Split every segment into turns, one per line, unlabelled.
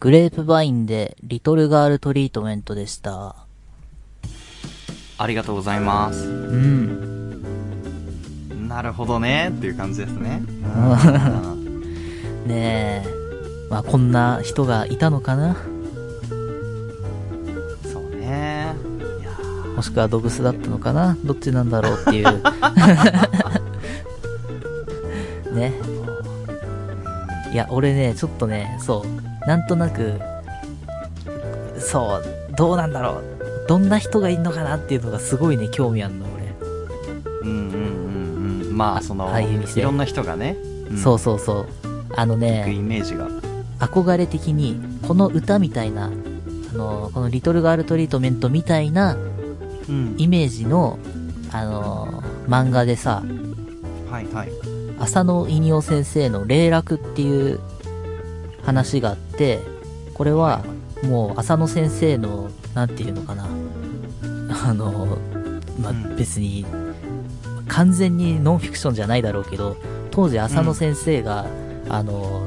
グレープバインでリトルガールトリートメントでした。
ありがとうございます。
うん。
なるほどねっていう感じです ね。うん
ねえ。まあこんな人がいたのかな
そうね。いやー
もしくはドブスだったのかなどっちなんだろうって いう。ね。いや、俺ね、ちょっとね、そう、なんとなく、そう、どうなんだろう。どんな人がいるのかなっていうのがすごいね、興味あんの、俺。
うんうんうんうん。まあ、その、
ああいう店
いろんな人がね、うん
そうそうそう。あの
行くイ
ね、
メージが。
憧れ的に、この歌みたいな、あの、このリトルガールトリートメントみたいな
うん
イメージの、あの、漫画でさ、
はいはい。
浅野稲雄先生の「霊楽」っていう話があってこれはもう浅野先生のなんていうのかなあのまあ
うん
別に完全にノンフィクションじゃないだろうけど当時浅野先生が、あの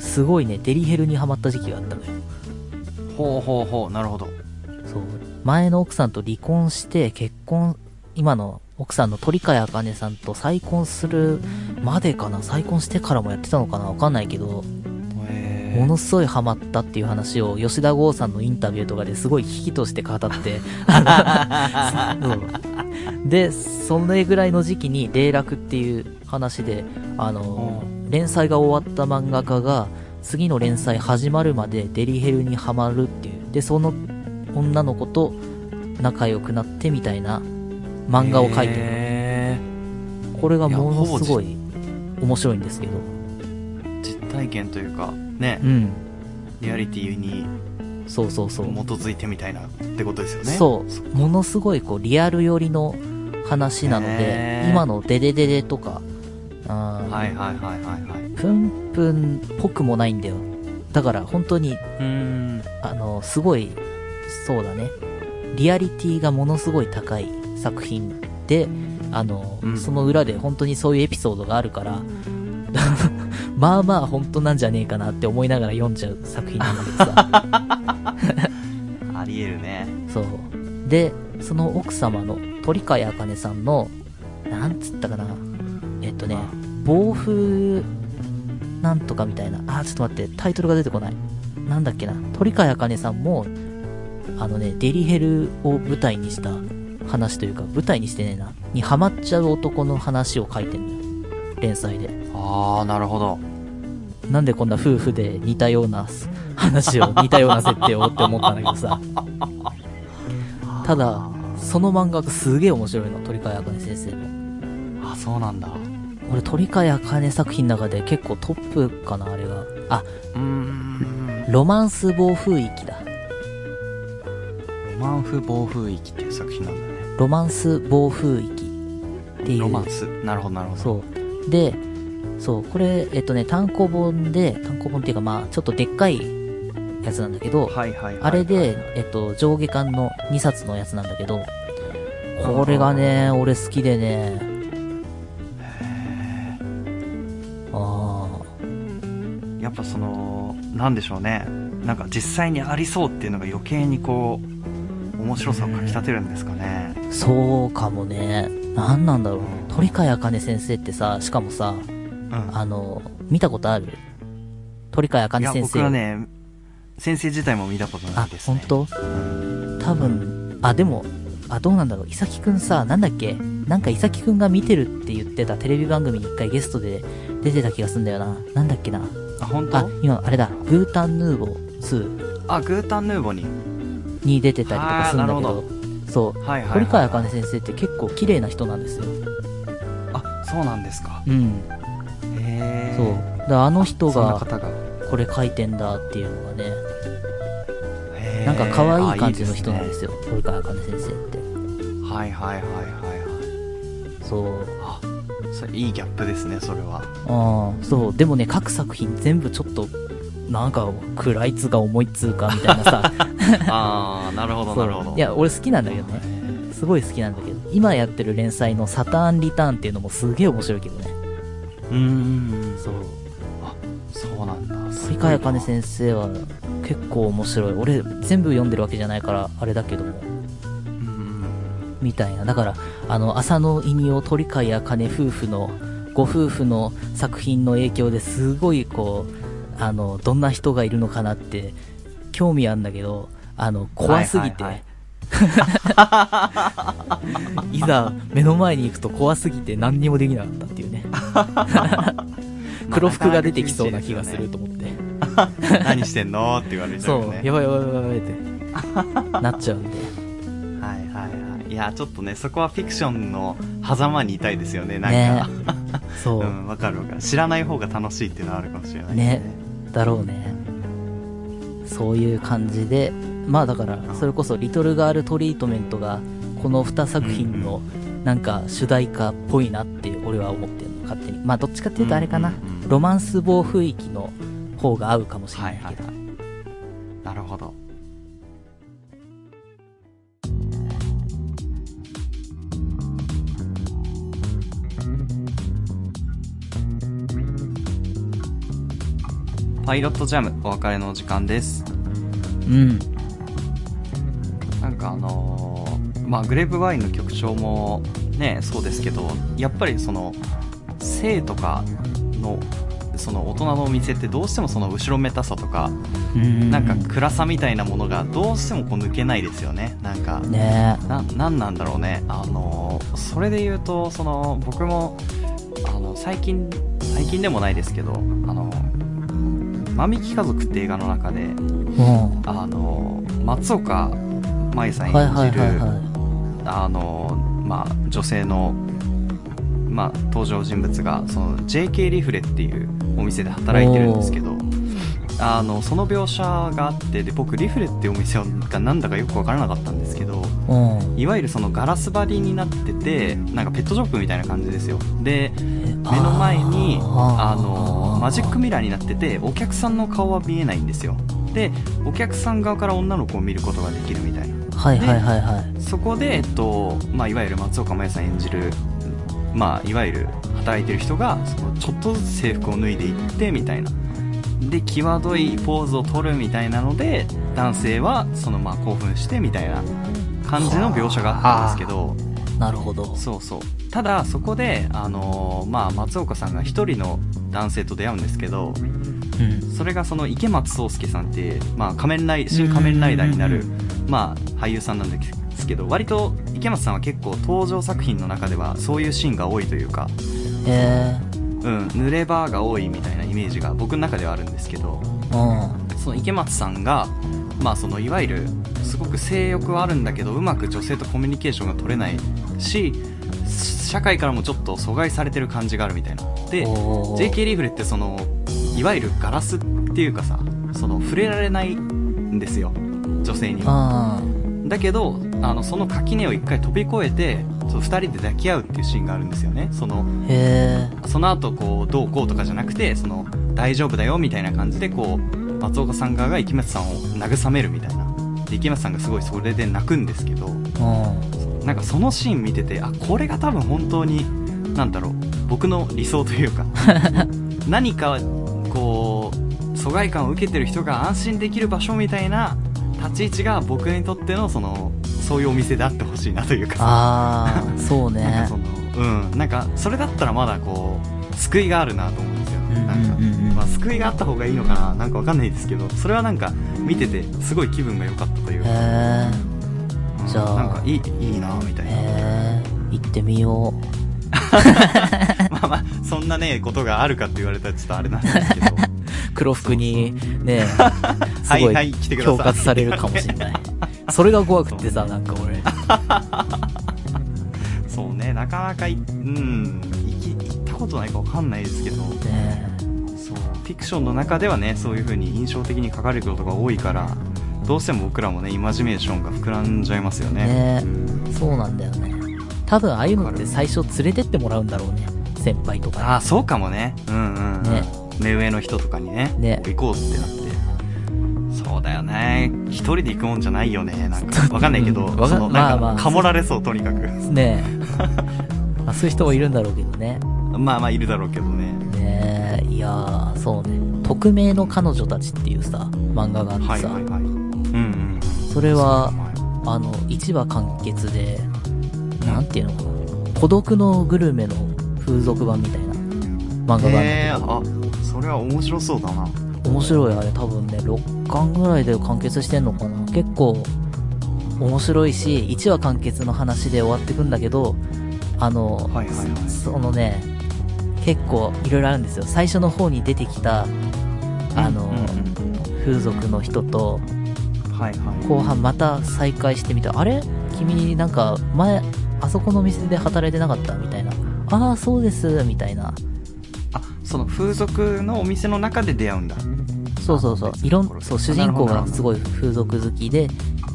すごいねデリヘルにハマった時期があったのよ
ほうほうほう、なるほど。
そう前の奥さんと離婚して結婚今の奥さんの鳥飼茜さんと再婚するまでかな再婚してからもやってたのかなわかんないけど
へー
ものすごいハマったっていう話を吉田剛さんのインタビューとかですごい危機として語ってあの そうでそれぐらいの時期に「霊楽」っていう話であの連載が終わった漫画家が次の連載始まるまでデリヘルにハマるっていうでその女の子と仲良くなってみたいな漫画を描いてるの
へ
これが
いや
も
ほぼ
の
じ
すごい面白いんですけど
ー実体験というか、ね
う、ん
リアリティに
そうそうそ
基
う
づいてみたいなってことですよね。
そう。ものすごいこう、リアル寄りの話なの
へ
で、
ー
今のデデデデとか、あー
はいはいはいはいはい。
プンプンっぽくもないんだよ。だから本当に、
うん。
あの、すごい、そうだね。リアリティがものすごい高い作品で、あの、
うん
その裏で本当にそういうエピソードがあるから、 まあまあ本当なんじゃねえかなって思いながら読んじゃう作品なんだけどさ。
ありえるね。
そう。で、その奥様の鳥飼茜さんの、なんつったかな。えっとね、暴風なんとかみたいな。あー、ちょっと待って、タイトルが出てこない。なんだっけな。鳥飼茜さんも、あのね、デリヘルを舞台にした話というか、舞台にしてねえな。にハマっちゃう男の話を書いてんのよ。連載で。
ああ、なるほど。
なんでこんな夫婦で似たような話を、似たような設定をって思ったんだけどさ。ただ、その漫画がすげえ面白いの、鳥飼茜先生の。
あ、そうなんだ。
俺、鳥飼茜作品の中で結構トップかな、あれが。あ、
うーん。
ロマンス暴風域だ。
ロマンフ暴風域っていう作品なんだね。
ロマンス暴風域っていう。
ロマンス。なるほどなるほど。
そう。で、そう、これ、えっとね、単行本で、単行本っていうかまあ、ちょっとでっかいやつなんだけど、
はいはいはい。
あれで、えっと、上下巻の2冊のやつなんだけど、これがね、俺好きでね。あ
やっぱその、なんでしょうね。なんか実際にありそうっていうのが余計にこう、面白さをかき立てるんですかね。
あ、そうかもね。なんなんだろう。鳥飼茜先生ってさ、しかもさ、
うん。
あの、見たことある鳥飼
い
茜
や、
先
僕
生。
はね、先生自体も見たことな
あ
いで、す
本
ね。
当
うん
多分、あ、でも、あ、どうなんだろう。いさきくんさ、なんだっけなんかいさきくんが見てるって言ってたテレビ番組に一回ゲストで出てた気がすんだよな。なんだっけな。
あ、本当
あ、今、あれだ、グータンヌーボー2
あ、グータンヌーボに。
に出てたりとかするんだけ
あーなる
ど、そう、
はいはい、はい。
堀川茜先生って結構綺麗な人なんですよ。
あ、そうなんですか。
うん、
へえ。
そう。だからあの人
そんな
が
方が。
これ書いてんだっていうのがね、
へー
なんか可愛い感じの人なん
あいい
で
です
よ、堀川茜先生って。
すねはいはいはいはいはい。
そう。
あ、それいいギャップですね、それ
あ
は。
あ、そう。でもね、各作品全部ちょっと、なんか、暗いっつうか重いっつうかみたいな さ。
ああ、なるほどなるほ
そ
ど。
ういや、俺好きなんだけどね。すごい好きなんだけど。今やってる連載のサターンリターンっていうのもすげえ面白いけどね。
うーん。
そう。
そうなんだすごい
鳥
な
飼茜先生は結構面白い俺全部読んでるわけじゃないからあれだけども
うんうん
みたいなだからあの浅野稲を鳥飼茜夫婦のご夫婦の作品の影響ですごいこうあのどんな人がいるのかなって興味あんだけどあの怖すぎて、
はい
いざ目の前に行くと怖すぎて何にもできなかったっていう ね 黒服が出てきそうな気がすると思って、
何してんのって言われちゃ
そ
うよ
う
ね
やばいやばいやばいやばいっ てなっちゃうんで
はいはいはいいやちょっとねそこはフィクションの狭間にいたいですよねなん
ね
か、
そうう、
んわかるわかる知らない方が楽しいっていうのはあるかもしれないです
ねだろうねそういう感じでまあだからそれこそ「リトルガールトリートメント」がこの2作品のなんか主題歌っぽいなって俺は思ってるの勝手にまあどっちかっていうとあれかな、
うんうんうん
ロマンス暴風域の方が合うかもしれないけど、
はいはいなるほどパイロットジャムお別れのお時間です
うん
なんかあのーまあグレープワインの曲調もねそうですけどやっぱりその性とかのその大人のお店ってどうしてもその後ろめたさとか
うん
なんか暗さみたいなものがどうしてもこう抜けないですよねなんか
ねえ
ななんなんだろうねあのーそれで言うとその僕もあの最近最近でもないですけどあの「万引き家族」って映画の中で
うん
あの松岡真由さん
はいはい
演じる、
はいは
あのまあ、女性の、まあ、登場人物がその JK リフレっていうお店で働いてるんですけどあのその描写があってで僕リフレってお店がなんだかよく分からなかったんですけど
いうん
いわゆるそのガラス張りになっててなんかペットショップみたいな感じですよで目の前にあ
あー
のマジックミラーになっててお客さんの顔は見えないんですよでお客さん側から女の子を見ることができるみたいな
はいはいはいはい
そこで、えっとまあ、いわゆる松岡茉優さん演じる、まあ、いわゆる働いてる人がそのちょっとずつ制服を脱いでいってみたいなで際どいポーズを取るみたいなので男性はそのまあ興奮してみたいな感じの描写があったんですけど
なるほど
そうそうただそこで、あのーまあ、松岡さんが一人の男性と出会うんですけど
うん
それがその池松壮亮さんっていう、まあ、仮面ライ新仮面ライダーになる、まあ、俳優さんなんですけど割と池松さんは結構登場作品の中ではそういうシーンが多いというか、
え
うん、濡れ場が多いみたいなイメージが僕の中ではあるんですけど
ー、うん
その池松さんが、まあ、そのいわゆるすごく性欲はあるんだけどうまく女性とコミュニケーションが取れないし社会からもちょっと阻害されてる感じがあるみたいなで
おー
JK リーフレってそのいわゆるガラスっていうかさその触れられないんですよ女性には
あ
だけどあのその垣根を一回飛び越えてその二人で抱き合うっていうシーンがあるんですよねその
あへえ
その後こうどうこうとかじゃなくてその大丈夫だよみたいな感じでこう松岡さん側が池松さんを慰めるみたいなで池松さんがすごいそれで泣くんですけど
うん
なんかそのシーン見ててあこれが多分本当になんだろう僕の理想とい うか何かこう疎外感を受けてる人が安心できる場所みたいな立ち位置が僕にとってのそのそういうお店であってほしいなというか
ああそう
なん
ね
かそのうんなんかそれだったらまだこう救いがあるなと思うんですよ、
うん
なんか
うんうん
まあ、救いがあった方がいいのかななんかわかんないですけどそれはなんか見ててすごい気分が良かったという
へ
か、
え
うん
じゃあ
なんかいいいいなみたいな、
へえ行ってみよ
まあまあ、そんなね、ことがあるかって言われたらちょっとあれなんです けど。
う黒服にね す
はい
ごい
はい来てください
恐喝されるかもしれ ないそれが怖くってさなんか俺
そうね、なかなかい、うん、行き、行ったことないかわかんないですけど、
ね
そう、フィクションの中ではね、そういう風に印象的に書かれることが多いから、どうしても僕らもね、イマジネーションが膨らんじゃいますよね。
ねそうなんだよね多分ああいうのって最初連れてってもらうんだろうね先輩と
あ
か
あ、そうかもね。うんうん、うん
ね
目上の人とかにね、
ね
こう行こうってなって。そうだよね。一人で行くもんじゃないよ ね。なんか、わかんないけど、
うんわか
その、なん
まあ
か、
まあ
かもられそう、とにか く。
にねまあそういう人もいるんだろうけどね
まあまあ、いるだろうけどね。
ねえいやーそうね匿名の彼女たちっていうさ、漫画があって
はい
さ、
はいはいうんうん
それは
そう、だ
あの、1話完結で、なんていうのかな、孤独のグルメの風俗版みたいな漫画があるんだけど、
へえあそれは面白そうだな
面白いあれ多分ね6巻ぐらいで完結してんのかな結構面白いし1話完結の話で終わってくんだけどあの、
はいはいはい
そのね結構いろいろあるんですよ最初の方に出てきたあの、
うんうん
風俗の人と
うんはいはい
後半また再会してみたあれ君なんか前あそこの店で働いてなかったみたいなああそうですみたいな
あその風俗のお店の中で出会うんだ
そうそうそう
あ
いろ
別の
ん
ところで
そう主人公
なる
が
ほど
すごい風俗好きで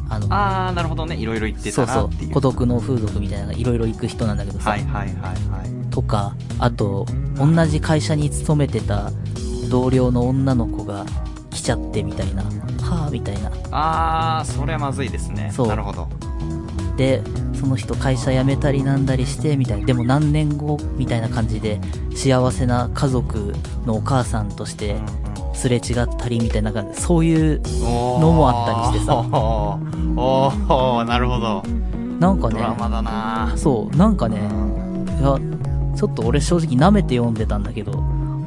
あの
ああなるほどねいろいろ言って
そ
た
うそ
な
う
っていう
孤独の風俗みたいなのがいろいろ行く人なんだけどさ、
はいはいはいはい
とかあと同じ会社に勤めてた同僚の女の子が来ちゃってみたいなはあみたいな
ああそれはまずいですね
そう
なるほど
でその人会社辞めたりなんだりしてみたいなでも何年後みたいな感じで幸せな家族のお母さんとしてすれ違ったりみたいな感じでそういうの
の
もあったりしてさ
おーおーおーなるほど
なんか
ドラマ
ね
だな
そうなんかねいやちょっと俺正直舐めて読んでたんだけど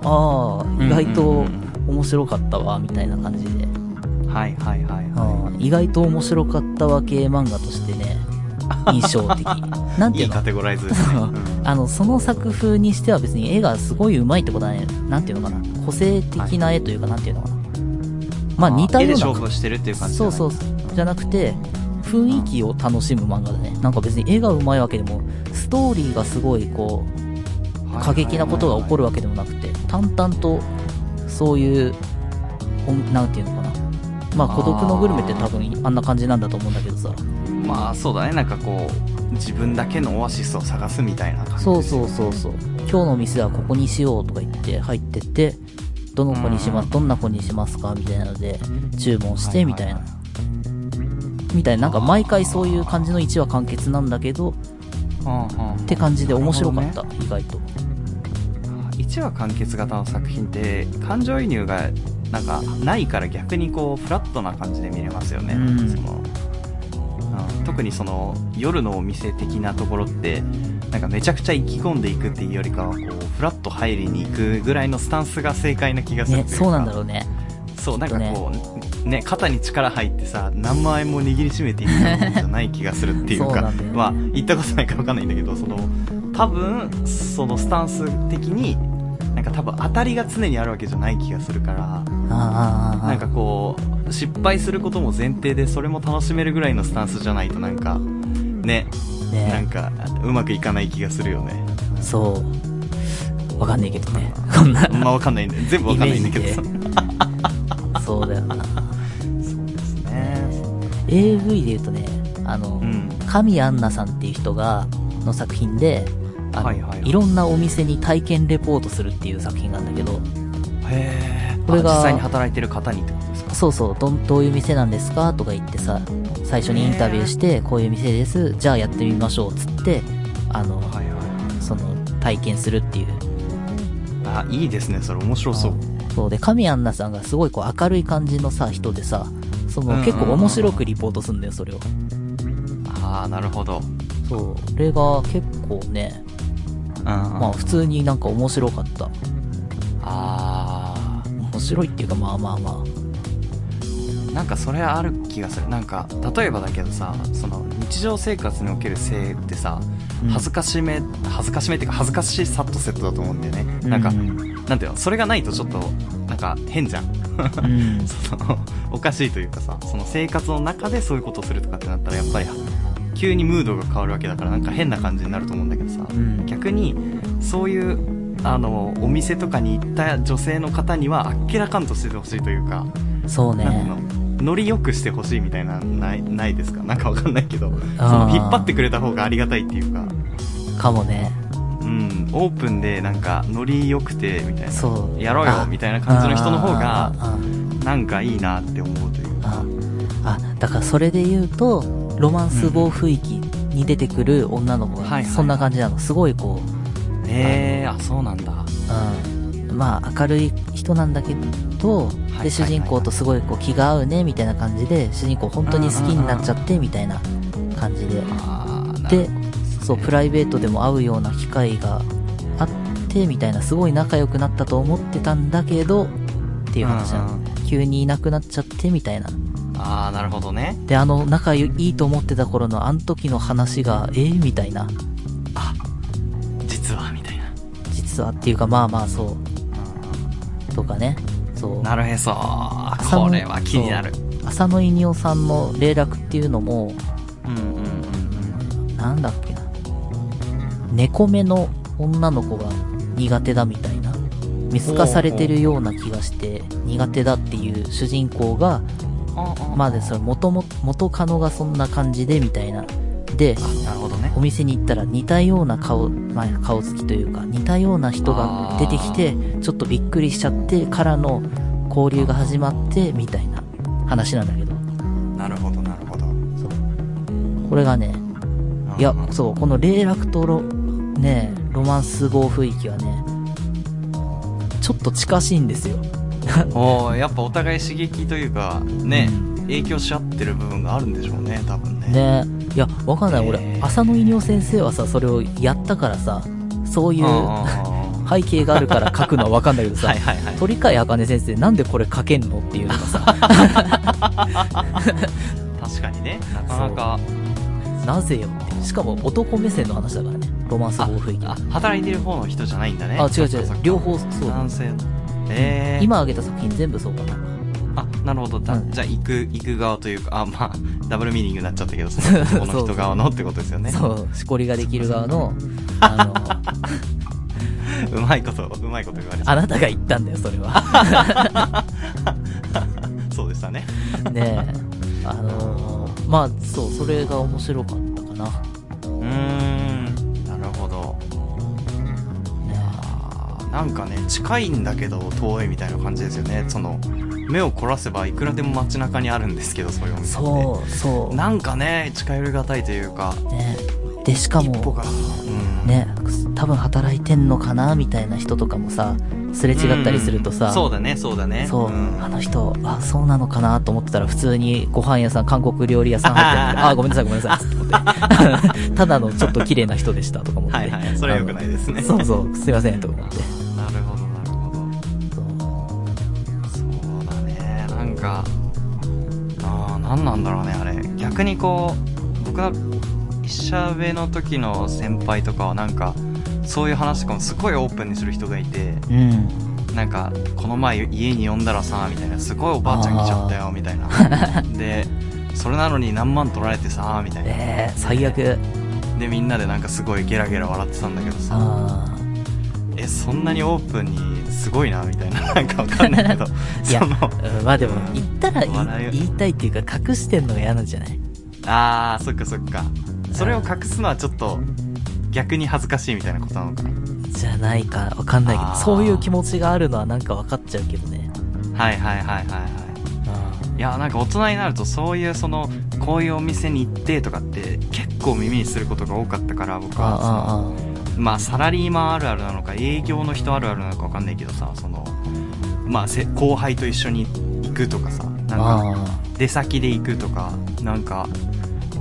ああ意外
うんう
と
んうん
面白かったわみたいな感じで、
はいはいはいは
うん意外と面白かったわ系漫画として ね印象的なん
い
てい
いうい
の
カテゴライズですね、うん
あのその作風にしては別に絵がすごい上手いってことはねなんていうのかな個性的な絵というか、なんていうのかなまあ似た
絵で
ような
勝負してるっていう感じじゃ
そ
な
う
い
そうじゃなくて雰囲気を楽しむ漫画だねなんか別に絵が上手いわけでもストーリーがすごいこう
はい
過激なことが起こる
は
わけでもなくて、淡々と、そういう、ほんなんていうのかな。まあ、孤独のグルメって多分あんな感じなんだと思うんだけどさ。
いはいまあそうだねなんかこう自分だけのオアシスを探すみたいな感じ
そうそうそうそう。今日の店はここにしようとか言って入ってって、どの子にしま
う
す、
ん
どんな子にしますかみたいなので、注文し
は
て、
は
みたいな。みたいな、なんか毎回そういう感じの1話完結なんだけど、
うんうん
って感じで面白かった、意外と。
1話完結型の作品って感情移入がなんかないから逆にこうフラットな感じで見れますよね、
うん
そのうん特にその夜のお店的なところってなんかめちゃくちゃ意気込んでいくっていうよりかはこうフラッと入りに行くぐらいのスタンスが正解な気がする
ね、
とい
そうなんだ
う
ろうね。
かそうなんかこうね肩に力入ってさ何万円も握りしめていくものじゃない気がするっていう
そうな
か
んだよね
まあ行ったことないから分かんないんだけどその多分そのスタンス的になんか多分当たりが常にあるわけじゃない気がするから
ああ、ああ、ああ
なんかこう失敗することも前提でそれも楽しめるぐらいのスタンスじゃないとなんかね
ね
なんかうまくいかない気がするよね
そう。わかんないけどね。こんな。
まあ分かんないんだ全部分かんないんだけどさ
イそうだよな。
そうですね
AV で言うとね、あの、
うん
神アンナさんっていう人が、の作品で、あの
はいはいはい
ろんなお店に体験レポートするっていう作品なんだけど、
へえ
これが
実際に働いてる方にってことですか
そうそう、どん、どういう店なんですかとか言ってさ、最初にインタビューして、こういう店です、じゃあやってみましょう、つって、あの、
はいはい
その、体験するっていう。
あいいですねそれ面白そう
そうで、神アンナさんがすごいこう明るい感じのさ、人でさ、そ
うんうん
の
うん
結構面白くリポートすんだよ、それを。
ああなるほど
そう。これが結構ね、ま
ま
あ普通になんか面白かった。
あ
面白いっていうかまあまあま
ーなんかそれある気がするなんか例えばだけどさその日常生活における性ってさ
うん
恥ずかしめ、恥ずかしめっていうか恥ずかしさとセットだと思うんだよね
あ。
なんか、
う
なんていうのそれがないとちょっとなんか変じゃん
うん。
そのおかしいというかさその生活の中でそういうことをするとかってなったらやっぱり急にムードが変わるわけだからなんか変な感じになると思うんだけどさ、
うん
逆にそういうあのお店とかに行った女性の方にはあっけらかんとしててほしいというか、
そう
なんていう
ね
の。ノリよくしてほしいみたいなないないですかなんかわかんないけどその引っ張ってくれた方がありがたいっていうか、
かもね。
うん、オープンでなんかノリよくてみたいな
そう。
やろうよ
あ
みたいな感じの人の方
あ
が
あ
なんかいいなって思うというか
ああああだからそれで言うと、ロマンス暴風域に出てくる女の子
はいは
が、
い
そんな感じなの。すごいこう、
へえあそうなんだ
うん、まあ明るい人なんだけと、
はい
で主人公とすごいこう気が合うねみたいな感じで主人公本当に好きになっちゃってみたいな感じで
あーなる
で
ほどですね
そうプライベートでも会うような機会があってみたいなすごい仲良くなったと思ってたんだけどっていう話な
う
の
ん
急にいなくなっちゃってみたいな
ああなるほどね
であの仲いいと思ってた頃のあの時の話がえー、みたいな
あ実はみたいな
実はっていうかまあまあそうとかねそう
なるへそ
浅野
これは気になる
そう浅野いにおさんの「霊落」っていうのも
うんうんうんうん
なんだっけな猫目の女の子が苦手だみたいな見透かされてるような気がして苦手だっていう主人公が
ああ
まあでそれ元も元カノがそんな感じでみたいなで
あなるほどね
お店に行ったら似たような顔、まあ、顔つきというか似たような人が出てきてちょっとびっくりしちゃってからの交流が始まってみたいな話なんだけど
なるほどなるほど
これがねいやそうこの霊楽とロねロマンス号雰囲気はねちょっと近しいんですよ
おーやっぱお互い刺激というかね影響し合ってる部分があるんでしょうね多分
ね
ね
いやわかんない俺
へー
浅野稲生先生はさそれをやったからさそういううん
うんうん
背景があるから書くのはわかんないけどさ
はいはいはい
鳥飼茜先生なんでこれ書けんのっていうのがさ
確かにねなかなか
なぜよってしかも男目線の話だからねロマンス号雰囲気
あ
は
働いてる方の人じゃないんだね
あ違う
そ
違
っかそっ
う
か
両方そう
男性えー、
今挙げた作品全部そうかな
あなるほどだ、
うん
じゃあ行く行く側というかあまあダブルミーニングになっちゃったけどその
そう
この人側のってことですよね
そうしこりができる側 のあの
うまいことうまいこと言われちゃ
あなたが言ったんだよそれは
うそうでしたね
ね えあのまあそうそれが面白かったかなね
うーんなるほどあーなんかね近いんだけど遠いみたいな感じですよねその目を凝らせばいくらでも街中にあるんですけどそういうお
え
店って
そうそうね
なんかね近寄りがたいというか
えでしか
一歩
も
が、うん、
ねえ多分働いてんのかなみたいな人とかもさすれ違ったりするとさ、
うんそうだねそうだね
そう、
ん
あの人、あ、そうなのかなと思ってたら、普通にご飯屋さん、韓国料理屋さん入ってた あ、ごめんなさい、ごめんなさい、つって思って。ただのちょっと綺麗な人でした、とか思って。
はいはいそれは良くないですね
あのそうそう、すいません、とか思って。
なるほどなるほど
そう
そうだねなんかああ何なんだろうねあれ逆にこう僕が一社上の時の先輩とかはなんかそういう話とかもすごいオープンにする人がいて
うん。
なんかこの前家に呼んだらさみたいなすごいおばあちゃん来ちゃったよみたいな でそれなのに何万取られてさみたいな
えー、最悪。
でみんなでなんかすごいゲラゲラ笑ってたんだけどさ
あ
えそんなにオープンにすごいなみたいな なんかわかんないけど
いや
その
ーうんまあでも、言ったらい
笑いを
言いたいっていうか、隠してんのが嫌なんじゃない
あーそっかそっかそれを隠すのはちょっと逆に恥ずかしいみたいなことなのかな
じゃないか、わかんないけど
あ、ー
そういう気持ちがあるのはなんかわかっちゃうけどね。
はいはいはいはいはいいやなんか大人になるとそういうそのこういうお店に行ってとかって結構耳にすることが多かったから僕
ああ、
は
あ
そのまあサラリーマンあるあるなのか営業の人あるあるなのかわかんないけどさそのまあせ後輩と一緒に行くとかさなん
あ、
か
ああ。
出先で行くとかなんか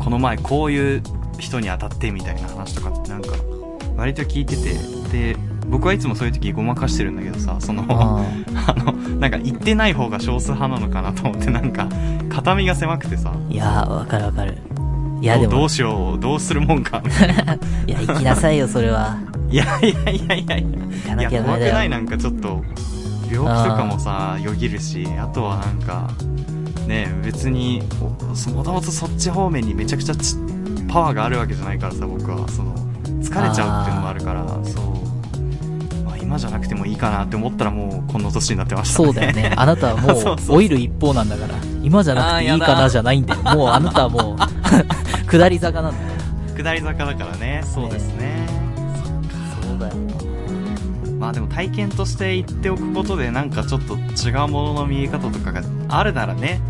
この前こういう人に当たってみたいな話とかってなんか割と聞いててで僕はいつもそういう時ごまかしてるんだけどさそのあ
あ
のなんか行ってない方が少数派なのかなと思ってなんか肩身が狭くてさ
あ。いやー、わかるわかる。いや、で
どうど
も
う、しようどうするもんかみたいな
いや、行きなさいよ、それは。
いやいやいやいやい
か
や
なきゃ
いや怖く
ダメだ
ない
よ
なんかちょっと病気とかもさよぎるしあとはなんかね別にもともとそっち方面にめちゃくちゃちパワーがあるわけじゃないからさ僕はその疲れちゃうっていうのもあるからそう、まあ、今じゃなくてもいいかなって思ったらもうこの年になってましたね
そうだよね。あなたは
そうそ
も
う
う、
そう
老いる一方なんだから。今じゃなくていいか
あーや
な
だ
じゃないんだよ。もう あなたはもう、下り坂なんだよ。
下り坂だからねそうですね
そうだよ。
まあでも体験として言っておくことでなんかちょっと違うものの見え方とかがあるならね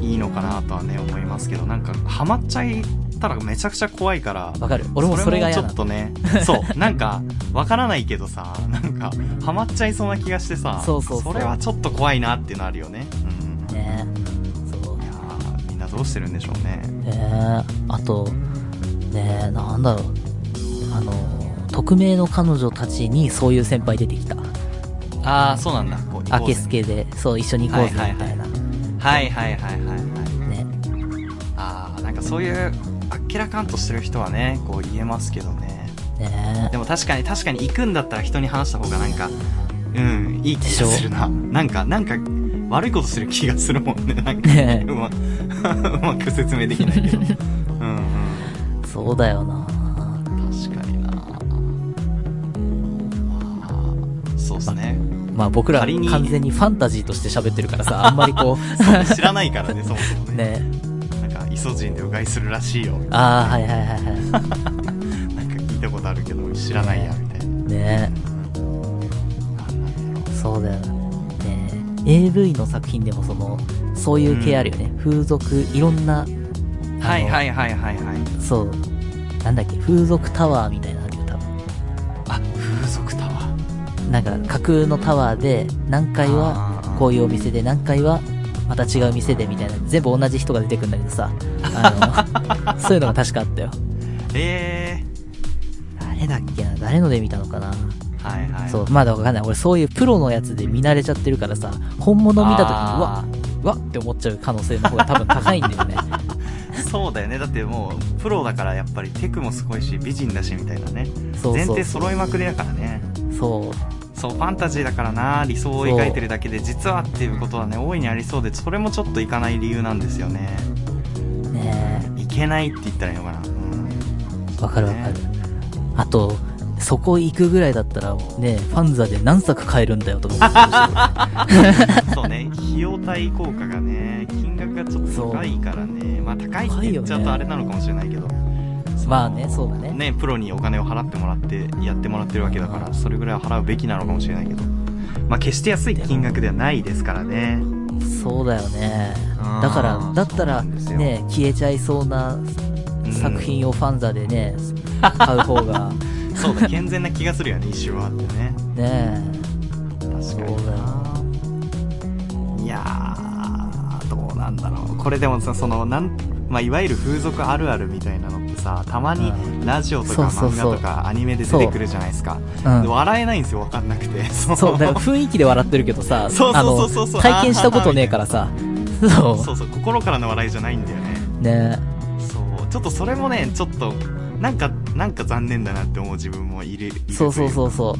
いいのかなとはね思いますけどなんかハマっちゃいったらめちゃくちゃ怖いから
わかる俺もそれが嫌
ちょ
な
っとねそうなんかわからないけどさなんかハマっちゃいそうな気がしてさ
そうそうそう
れはちょっと怖いなっていうのあるよねうん
のねそう
いやーみんなどうしてるんでしょうね
ねあとねえなんだろうあの匿名の彼女たちにそういう先輩出てきた
ああそうなんだこう
明けすけでそう一緒に行こうぜみたいな、
はいはいはいはいはい
ね
ああなんかそういうあっけらかんとしてる人はねこう言えますけどね
ね
でも確かに確かに行くんだったら人に話した方がなんかうんいい気がするななんかなんか悪いことする気がするもんねなんか
ねえ
うま うまく説明できな いけどうん
そうだよな
うん確かになあーそうです ね
まあ僕ら
仮に
完全にファンタジーとして喋ってるからさ、 あんまりこ
そう知らないからねそもそも
う、
ね
ね
なんかイソジンでうがいするらしいよみたいな
ああ、はいはいはいは
なんか聞いたことあるけど知らないやみたいな。
い。ねそうだよな。ね AV の作品でもその、そういう系あるよね。風俗、いろんな、。
はいはいいはいはいはい。
そう。なんだっけ、風俗タワーみたいなのあるよ、多分。
あ、風俗タワー。
なんか架空のタワーで、何階は
あー
こういうお店で、何階はまた違う店でみたいな、全部同じ人が出てくんだけど さ、あの、そういうのが確かあったよ。
え
誰だっけな誰ので見たのかな
ー。はいはい。
そう、まだわかんない。俺そういうプロのやつで見慣れちゃってるからさ、本物見た時に、うわ
あ、
うわって思っちゃう可能性の方が多分高いんだ よね。
そうだよね。だってもう、プロだからやっぱりテクもすごいし、美人だしみたいなね。
そうそう
前提揃いまくりだからね。
そう。
そう、ファンタジーだからな、理想を描いてるだけで、実はっていうことはね、大いにありそうで、それもちょっといかない理由なんですよね。
ね
いけないって言ったらいいのかな。うん。
え、わかるわかる
ね。
あと、そこ行くぐらいだったら、ねファンザで何作買えるんだよとか 思ってほしいよね
そうね、費用対効果がね、金額がちょっと高いからね、まあ高いって言っちゃうとあれなのかもしれないけど、
まあね、そうだね。
ね、プロにお金を払ってもらってやってもらってるわけだから、それぐらいは払うべきなのかもしれないけど、まあ決して安い金額ではないですからね。
そうだよね
う。ん
だから、だった
そうな
ら、
んですよ
ね消えちゃいそうな
うん
作品をファンザでね、買う方 が、
そう だ、健全な気がするよね、一瞬はあってね。
ね
確か
そうだ
に
よ
ないやーどうなんだろうこれでもさそのなん、まあ、いわゆる風俗あるあるみたいなのってさたま
う
にラジオとか
そうそう
漫
そう
画とかアニメで出てくるじゃないですか、
うん
で笑えないんですよ分かんなくてその
そう、だから雰囲気で笑ってるけどさ、
そう
あ
そうそうそうそ
の、
う
体験したことねえからさ、そ
そうそう心からの笑いじゃないんだよね
う、ね
そうちょっとそれもねちょっとなんかなんか残念だなって思う自分もいるいるとい
そうそうそううそ
か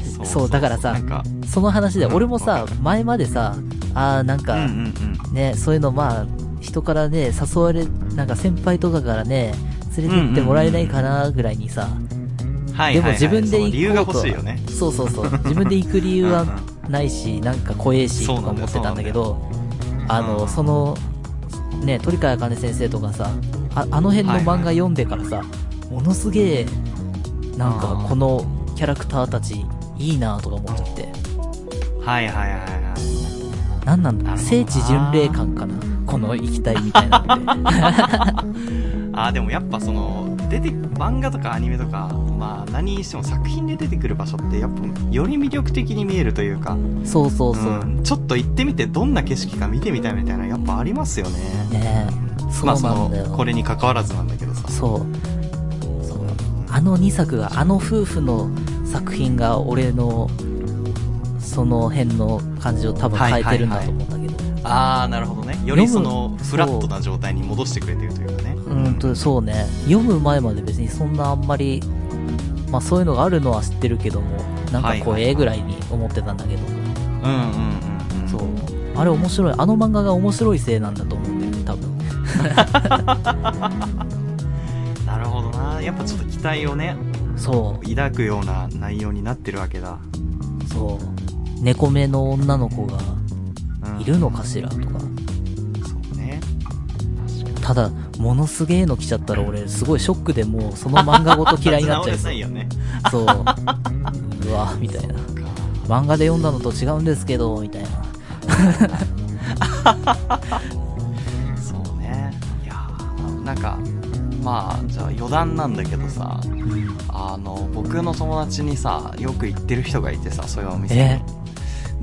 そう
う、そう、だからさ
なん、か
その話で、
うん
俺もさ
わか、
前までさ、あーなん
うんう
か、
んうん
ね、そういうのまあ、人からね、誘われ、なんか先輩とかからね、連れてってもらえないかなぐらいにさ、
はい
で
はいはい
も自分で
その理由が
行こうと
欲しいよね
そうそうそう、自分で行く理由は
うん
ないし、なんか怖えし、と
そう
か
なんだ
思
よ
ってたんだけど、
だ
あ
よう
の、
ん
その、ね、鳥川茜先生とかさ、ああの辺の漫画読んでからさ、ものすげえ、なん
う
か
ん
このキャラクターたち、いいなとか思っちゃって。
はいはいはいはい
なんなんだ
なるほどな
聖地巡礼感かなこの行きたいみたいな のって。
あーでもやっぱその出て漫画とかアニメとか、まあ、何にしても作品で出てくる場所ってやっぱより魅力的に見えるというか
そうそうそう。
んちょっと行ってみてどんな景色か見てみたいみたいなやっぱありますよね
ねえそう
まあそ
なんだよ。
のこれに関わらずなんだけどさ
そう。そう。あの2作が、あの夫婦の作品が俺の、その辺の感じを多分変えてるんだと思うんだけど。
ああなるほどねよりそのフラットな状態に戻してくれてるというかね
うんと、そうね。読む前まで別にそんなあんまり、まあそういうのがあるのは知ってるけども、なんかこう
はいはいはい
ええぐらいに思ってたんだけど、
うんうんうんうん
そう。あれ面白い。あの漫画が面白いせいなんだと思うんだよね、多分。
なるほどなやっぱちょっと期待をね
そう。
抱くような内容になってるわけだ、
そう。猫目の女の子が
うん
いるのかしらとか。
そうね
ただ、ものすげえの来ちゃったら俺、すごいショックでもう、その漫画ごと嫌いになっちゃい
立ち直れ
そ
な
う
い。よね
そう。うわ、みたいな。漫画で読んだのと違うんですけど、みたいな。
そうねいやーなんかまあじゃあ余談なんだけどさ
うん
あの僕の友達にさよく行ってる人がいてさそういうお店に
え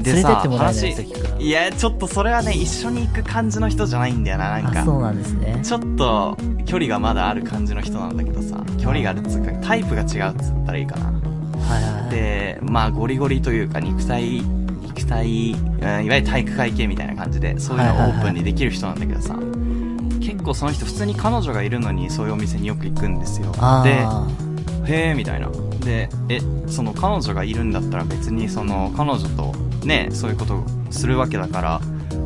連れてってもらえない
話
時から
いやちょっとそれはね一緒に行く感じの人じゃないんだよななん
あそう
か
なんですね
ちょっと距離がまだある感じの人なんだけどさ距離があるっつうかタイプが違うっつったらいいかな
はいはいはい
でまあゴリゴリというか肉体肉体うんいわゆる体育会系みたいな感じでそういうのをオープンにできる人なんだけどさ、結構その人普通に彼女がいるのにそういうお店によく行くんですよで
あ
へえみたいなでえその彼女がいるんだったら別にその彼女とねそういうことするわけだから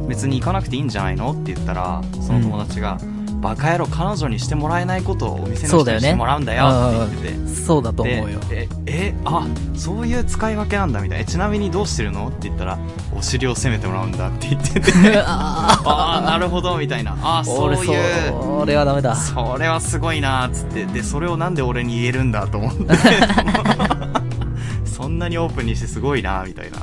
別に行かなくていいんじゃないのって言ったらその友達が、バカ野郎彼女にしてもらえないことをお店の
そう
人
だよ
に
ね
してもらうんだよって言ってて、
あそうだと思うよ
でええあそういう使い分けなんだみたいなえちなみにどうしてるのって言ったらお尻を攻めてもらうんだって言って て
あ
ああなるほどみたいなああ
ー
そう
俺
いう
そう俺はダメだ
それはすごいなーっつってでそれをなんで俺に言えるんだと思って そんなにオープンにしてすごいなーみたいな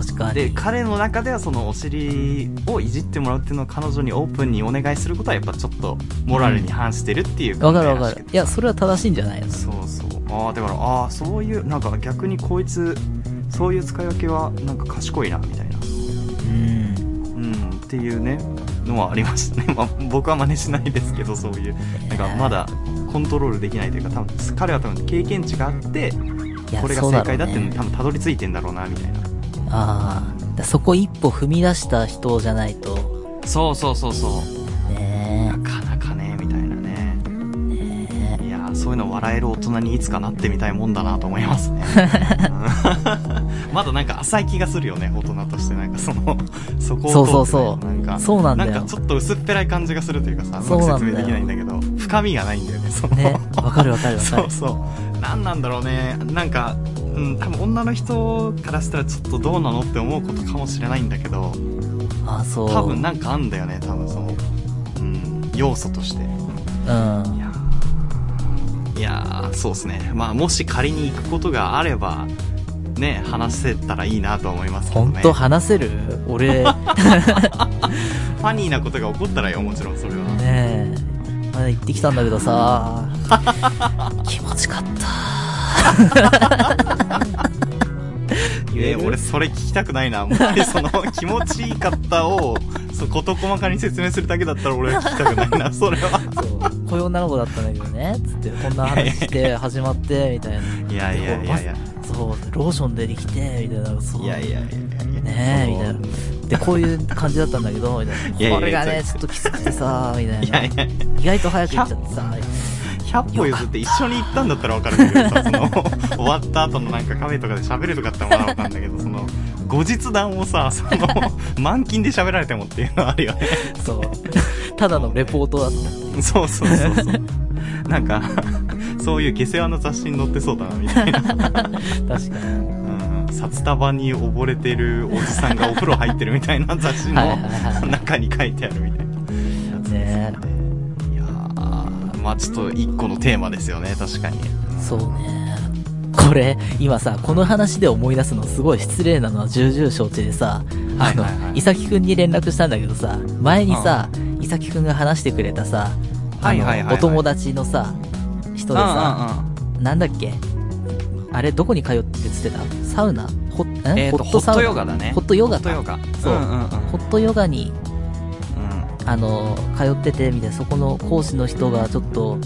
確か
で
に
彼の中ではそのお尻をいじってもらうっていうのを彼女にオープンにお願いすることはやっぱちょっとモラルに反してるっていう
わ
考
か
え
るわ
ら
か
しく
る
て
いやそれは正しいんじゃないの
そうそうああだからああそういうなんか逆にこいつそういう使い分けはなんか賢いなみたいな
うん
うんっていうねのはありましたね、まあ、 僕は真似しないですけどそういうなんかまだコントロールできないというか多分彼は多分経験値があって
いや
これが
そう
正
ろう
解だっていうの
ね
に多分たどり着いてんだろうなみたいな
ああ、だからそこ一歩踏み出した人じゃないと、
そうそうそうそう
ね
なかなかねみたいなね
え、ね
いやーそういうの笑える大人にいつかなってみたいもんだなと思います ねうん まだなんか浅い気がするよね大人としてなんかそのそこを
そうそうそ
通ってな
う
いなんか
そうなんだよ
かちょっと薄っぺらい感じがするというかさう
そう
ま
な
く
んだよ
説明できないんだけど深みがないんだよねその
え。ねえ、わかるわかるわか
そ
る
う。そう何なんだろうねなんか、うん、多分女の人からしたらちょっとどうなのって思うことかもしれないんだけど
ああ、そう。
多
う
分
ん。
なんかあんだよね多分その、うん、要素としていやーいやーそうですねまあもし仮に行くことがあればね話せたらいいなとは思いますけど
本
ね
当
フ
話せる 俺、
ァニーなことが起こったらよもちろんそれは
ねえ、まだ行ってきたんだけどさ、 気持ちか った。言え
え
る
俺それ聞きたくないなもう その気持ちいいかったをそう事細かに説明するだけだったら俺は聞きたくない なそれは
そう。こういう女の子だったんだけどね、つって、こんな話 して、始まって、みたいな。
いやいやいやいや
そう、ローションでできて、みたいな。そう
いやいやいやいや
ねえみたいなでこういう感じだったんだけどみたい
いや
ない
や
これが
いや
ね
いや
ちょっときつくて さみたいない
やいや
意外と早く行っちゃって さ
100歩譲って一緒に行ったんだったら分かるんだけどさその終わった後のなんかカフェとかで喋るとかだったらまだ分かるんだけどそ の後日談をさその満勤で喋られてもっていうのはあるよね
そう ただのレポートだっ
そうそうそうそうなんかそういう下世話の雑誌に載ってそうだなみたいな
た確かに
うん札束に溺れてるおじさんがお風呂入ってるみたいな雑誌
はいはい
の
は
中に書いてあるみたいなやつですよね
ね
いやーまあちょっと一個のテーマですよね確かに
そうねこれ今さこの話で思い出すのすごい失礼なのは重々承知でさ
は
あ
いはい
の
はい
伊崎くんに連絡したんだけどさ前にさ伊崎くんが話してくれたさあ
はいはいはいは
の
い
お友達のさ人でさなんだっけあれどこに通ってつってたサウナホ,ん、
えーと
サウナ
ホットヨガだね
ホットヨ
ホ
ガ
ット
か
ヨガ
そう
うんうんうん
ホットヨガに
う
あの通っててみたいなそこの講師の人がちょっと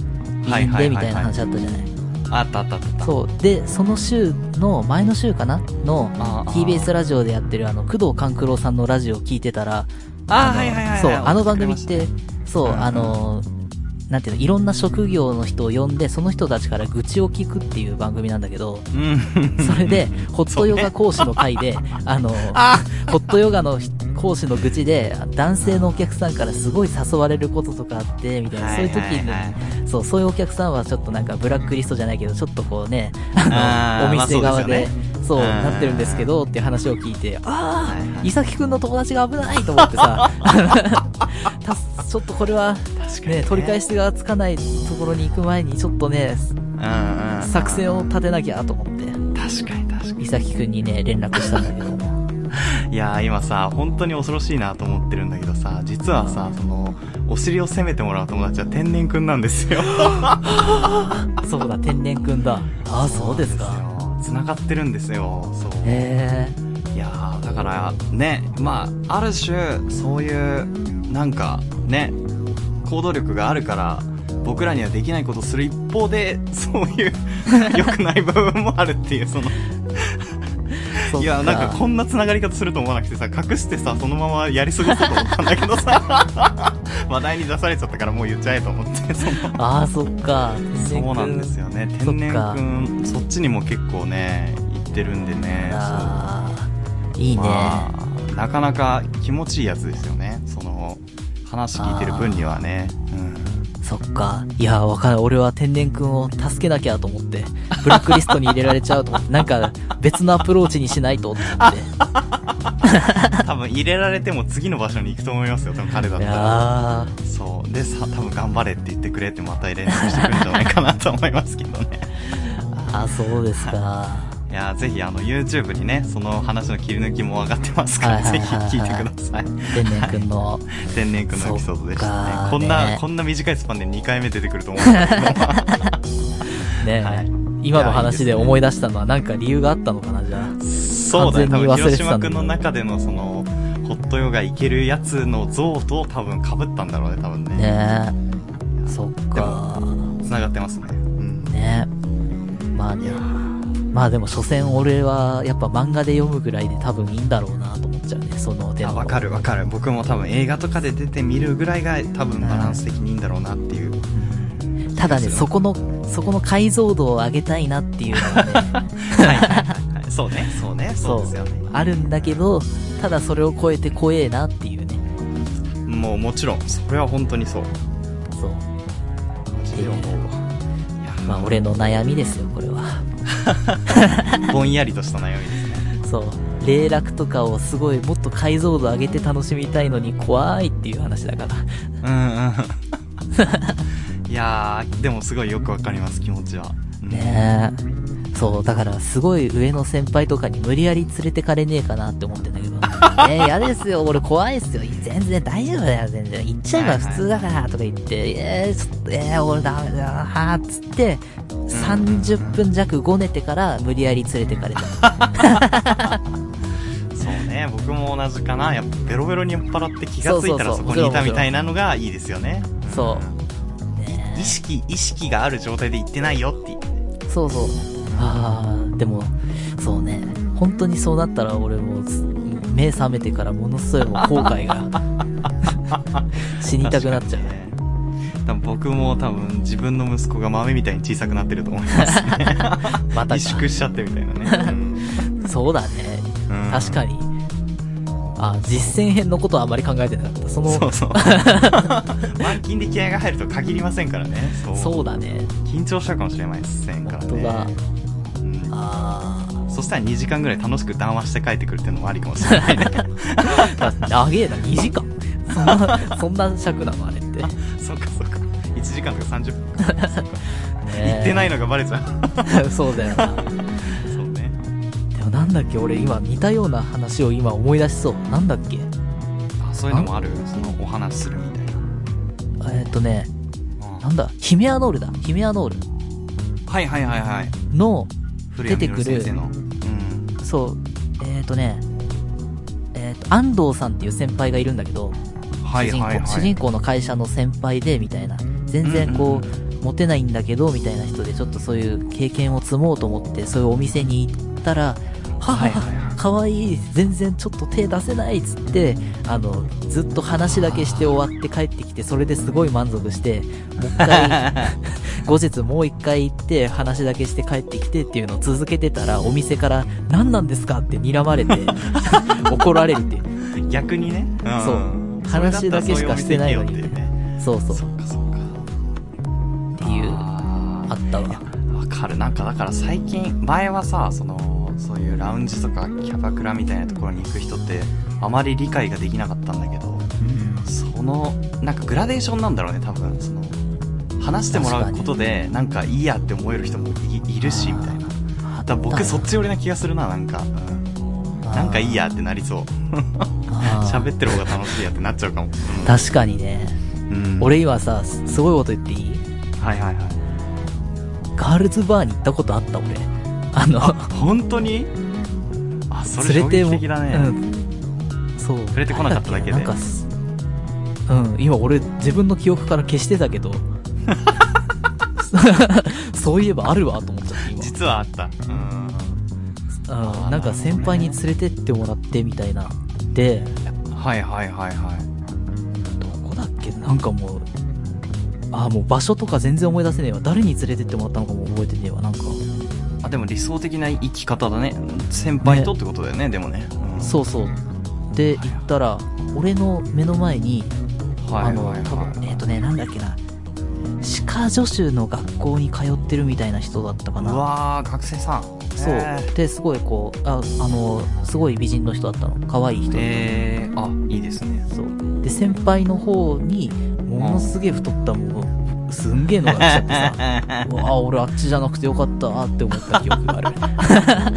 はい
いいん
はいはいはい
でみたいな話あったじゃない
んあったあったあった
そうでその週の前の週かなの
あー
TBS ラジオでやってるあの工藤官九郎さんのラジオを聞いてたら
あー
の
はいはいはいはい
そう
わかりました
あの番組ってそう
うんうん
あのなんていうのいろんな職業の人を呼んでその人たちから愚痴を聞くっていう番組なんだけど
うん
それで、ホットヨガ講師の会 で、あの、ホットヨガの講師の愚痴で、男性のお客さんからすごい誘われることとかあって、みたいな、そういう時に、
はいはいはい
そう、そういうお客さんはちょっとなんかブラックリストじゃないけど、ちょっとこうね、
あー
あ の、お店側で、
まあ
そう、
そううん
なってるんですけど、っていう話を聞いて、あ
はいは
あ、
い
伊崎くんの友達が危ないと思って さ、たちょっとこれは、
確かに
ね、取り返しがつかないところに行く前に、ちょっとね、
うんうんうん
作戦を立てなきゃと思って。
確かに確かに
伊 崎くんにね、連絡したんだけども。
いやー今さ本当に恐ろしいなと思ってるんだけどさ実はさそのお尻を責めてもらう友達は天然くんなんですよ
そうだ、天然くんだ。ああ、そうです か。
つながってるんですよそう
へえ。
いやーだからねまあある種そういうなんかね行動力があるから僕らにはできないことをする一方でそういう 良くない部分もあるっていうその
そっ
いやなんかこんなつながり方すると思わなくてさ隠してさそのままやり過ごそうと思ったんだけどさ 話題に出されちゃったからもう言っちゃえと思ってその
ああ、そっか。
そ
天然く
うなんですよ ね天然
そっ
くんそっちにも結構ね行ってるんでねそう
ああ、いいね。
まあ、なかなか気持ちいいやつですよねその話聞いてる分にはね、
そっか。いや、わかる。俺は天然くんを助けなきゃと思って、ブラックリストに入れられちゃうと 思って、なんか別のアプローチにしないとって思って。
うん、多分入れられても次の場所に行くと思いますよ多分彼だっ
い
たら
やー
そうでさ多分頑張れって言ってくれってまた連絡してくるんじゃないかなと思いますけどね
あー、そうですか。
いやーぜひあの YouTube にねその話の切り抜きも上がってますから、
はいはいはいはい
ぜひ聞いてください
天然くんの。
天然くんのエピソードでしたね
そっかーね
こんなこんな短いスパンで2回目出てくると思うんだけど
ね、
はい
今の話で思い出したのはなんか理由があったのかな、じゃあ。
そ うだね、多
完全に
分
忘れ
広
てた
島
んだ
くんの中でのその、ホットヨガいけるやつの像と多分被ったんだろうね、多分ね。
ねそっか。
繋がってますね。うん。
ねまあね。まあでも、所詮俺はやっぱ漫画で読むぐらいで多分いいんだろうなと思っちゃうね、その手
あ
の。
わかるわかる。僕も多分映画とかで出てみるぐらいが多分バランス的にいいんだろうなっていう。
ただね、
そう
そこの、そこの解像度を上げたいなっていうのがね、
はいはいはい。そうね、そうね、 そうですよね。
あるんだけど、ただそれを超えて怖えなっていうね。
もうもちろん、それは本当にそう。
そう。
マジで思うわ。いやー
まあ俺の悩みですよ、これは。
ぼんやりとした悩みですね。
そう。霊落とかをすごいもっと解像度上げて楽しみたいのに怖いっていう話だから。
うんうん。い やー、でもすごいよくわかります、気持ちは。うん
ねえ。そう、だからすごい上の先輩とかに無理やり連れてかれねえかなって思ってんだけど。えー、嫌ですよ、俺怖いっすよ。全然大丈夫だよ、全然。行っちゃえば普通だからとか言って、えー、ちょっと、えー、俺ダメだな、はーっつって、30分弱ごねてから無理やり連れてかれた。
そうね僕も同じかなやっぱベロベロに酔っ払って気がついたら
そそう
そう
そう
こにい
もちろ
た
ん
みたいなのがいいですよね
そ
うん意識意識がある状態で行ってないよっていう
う。そうそう。ああ、でも、そうね。本当にそうなったら俺もうす目覚めてからものすごいもう後悔が 死にたくなっちゃう。
確かにね多分僕も多分自分の息子が豆みたいに小さくなってると思い ますね
また
萎
か。
縮しちゃってみたいなね、
そうだね。
うん
確かに。あ、実践編のことはあまり考えてなかった。その、
そ
そう
そう 満勤で気合が入ると限りませんからねそう
うだね。
緊張しちゃうかもしれませんから
本当だ
ね、うん
あ
そしたら2時間ぐらい楽しく談話して帰ってくるっていうのもありかもしれな いね
あ、長えな、2時間。そんな、そんな尺なのあれ って。
そっかそっか1時間とか30分行
言
ってないいのがバレちゃ う
そうだよな。
そうね
でもなんだっけ、俺今似たような話を今思い出しそう。なんだっけ。
あそういうのもあるそのお話するみたいな
えーっとね、
うん
なんだ、ヒメアノールだ。ヒメアノール
はいはいはいはい
の、
古谷
出てくる
実先生のうん
そう、えーっとね、えーっと、安藤さんっていう先輩がいるんだけど、
は
主
い
人公
は
主
いは
人
い
公の会社の先輩でみたいな全然こう、モテないんだけどみたいな人でちょっとそういう経験を積もうと思ってそういうお店に行ったらは
は
はい
はいは
かわいい全然ちょっと手出せないっつってあのずっと話だけして終わって帰ってきてそれですごい満足してもう一回 後日もう一回行って話だけして帰ってきてっていうのを続けてたらお店から何なんですかって睨まれ て怒られるっていう
逆にね、ん
そう
それったら
話だけしかしてないのに
そう
そ
うお店行けよっていうね
うそう
そっかそっかっ
っていう
あ
あったわ
ーわかるなんかだから最近前はさそのそういうラウンジとかキャバクラみたいなところに行く人ってあまり理解ができなかったんだけどそのなんかグラデーションなんだろうね多分その話してもらうことでなんかいいやって思える人もいいるし
あー
みたいな
あ
だから
った
僕そっち寄りな気がするななんか、うん
あ
なんかいいやってなりそう
あー
喋ってる方が楽しいやってなっちゃうかも、
確かにね。
うん、
俺今さ、すすごいこと言っていい
はいはいはい
ガールズバーに行ったことあった俺。あの、
本当にあそれ
連
衝
れて
撃
も、
的だね、
うんそう。
連れてこなかっただけで
なんっななんかす、うん、今俺自分の記憶から消してた けど、そういえばあるわと思っちゃって今。
実はあったうん
うん、なんか先輩に連れてってもらってみたいな。で、
はいはいはいはい
どこだっけなんかもう、ああ、もう場所とか全然思い出せねえわ。誰に連れてってもらったのかも覚えてねえわ。なんか、
あでも理想的な生き方だね先輩とってことだよねでもね、うん
そうそう。で、行ったら、俺の目の前に、
は
あ
い
の
はい、
多分、えっ
は
とね、なんだっけな、歯科助手の学校に通ってるみたいな人だったか
い
な。
うわー学生さん
そう
えー。
で、すごいこう、あ、あの、すごい美人の人だったの。可愛い人だったの
えー、あいいです ね
そう。で、先輩の方に、ものすげえ太ったもう、すんげえのが来ちゃって さ、うわあ、俺あっちじゃなくてよかったーって思った記憶がある。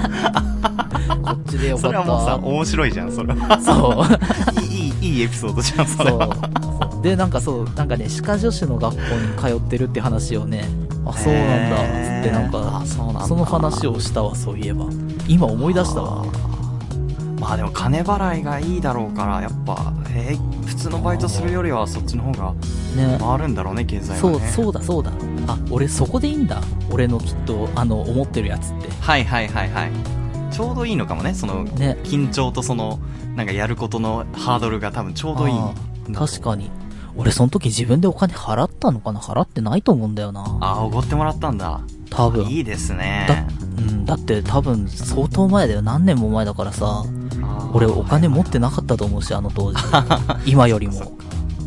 こっちでよか
そ
っ
れ
た
はもうさ
ー
面白 いじゃんそれは
そう。
いいいいいいエピソードじゃんそれは
そう。で、なんかそう、なんかね、歯科助手の学校に通ってるって話をね、あ、そうなんだ、つってなんか、
そうなん
その話をしたわ、そういえば。今思い出したわ。
まあでも金払いがいいだろうからやっぱ、えー普通のバイトするよりはそっちの方が
ね。
回るんだろうね経済は
そ
ね
う、そうだ、そうだ。あ、俺そこでいいんだ。俺のきっと、あの、思ってるやつって。
はいはいはいはいちょうどいいのかもねその
ね。
緊張とそのなんかやることのハードルが多分ちょうどいい
あー確かに。俺その時自分でお金払ったのかな払ってないと思うんだよな。
ああおごってもらったんだ
多分。
いいです
だ
ね、
うん、だって多分相当前だよ。何年も前だからさ。
あー
俺お金持ってなかったと思うし、あの当 時。今より
そっ
も。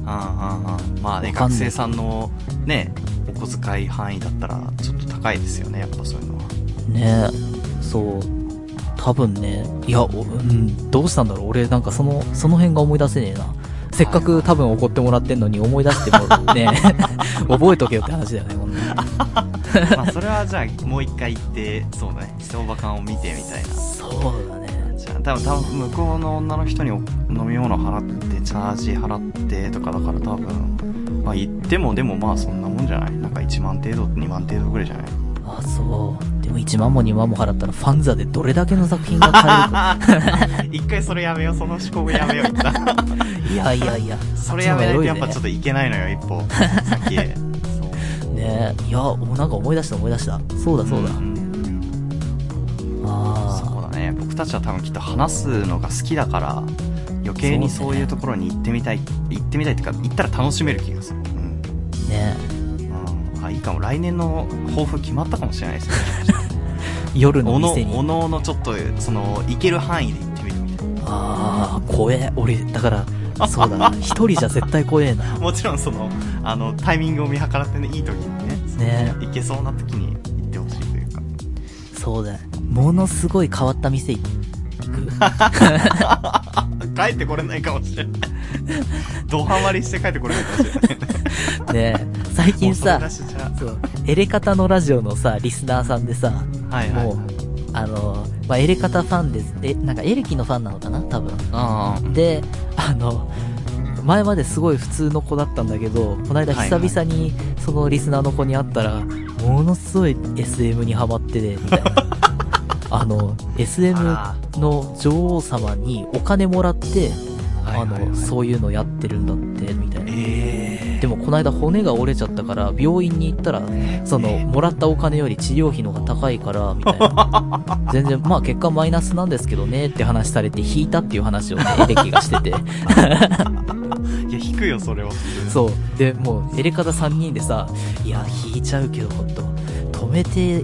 かうんうんうんまあね
わかん
学
ない
生さんのねお小遣い範囲だったらちょっと高いですよねやっぱそういうのは
ねそう。多分ね。いや、おうん、どうしたんだろう。俺なんかその、その辺が思い出せねえな。せっかく多分怒ってもらってんのに思い出しても ね、 覚えとけよって話だよね、ほんとに
まあそれはじゃあもう一回行ってそうだね相場感を見てみたいな
そうだね。
じゃあ多分多分向こうの女の人にお飲み物払ってチャージ払ってとかだから多分まあ行ってもでもまあそんなもんじゃないなんか1万程度2万程度ぐらいじゃない
あ、そう。でも1万も2万も払ったらファンザでどれだけの作品が買え るか。
一回それやめようその思考や めよう一旦
いやいやいや。
それやめないとやっぱちょっ
と。
といけないのよ一歩先へそう
ねいや、もうなんか思い出した思い出した。そうだそうだ。
んそ
あ
うだね僕たちは多分きっと話すのが好きだから余計に
そ
そう
ね
ういうところに行ってみたい、行ってみたいっていうか行ったら楽しめる気がするうん、
あ、ね
うん、あいいかも来年の抱負決まったかもしれないですね
夜の
おの
店に
お。のおのちょっとその行ける範囲で行ってみるみたい
ああ、怖え。俺、だから、そうだ な。一人じゃ絶対怖えな。
なもちろんそのあのタイミングを見計らってねいい時にねその
ね
行けそうな時に行ってほしいというか
そうだ。ものすごい変わった店行く。
帰ってこれないかもしれない ドハマりして帰ってこれないかもしれ ない
ね最近
も
さ
う、それだしじゃ
そう、エレカタのラジオのさ、リスナーさんでさ、
あはいはい
もう、あの、まあ、エレカタファンです。え、なんかエレキのファンなのかな多分。
ああ
で、あの、前まですごい普通の子だったんだけど、この間
はい
久
はい
々にそのリスナーの子に会ったら、ものすごい SM にハマってて、みたい な。あの、SM
あ
の女王様にお金もらって、あの、そういうのやってるんだって、みたいな。
え
でもこの間骨が折れちゃったから病院に行ったらその
ええ
もらったお金より治療費の方が高いからみたいな 全然まあ結果マイナスなんですけどねって話されて引いたっていう話をねエレキがしてて
ー、いや引くよそれは
そうでもうエレカタ3人でさいや引いちゃうけど本当止めて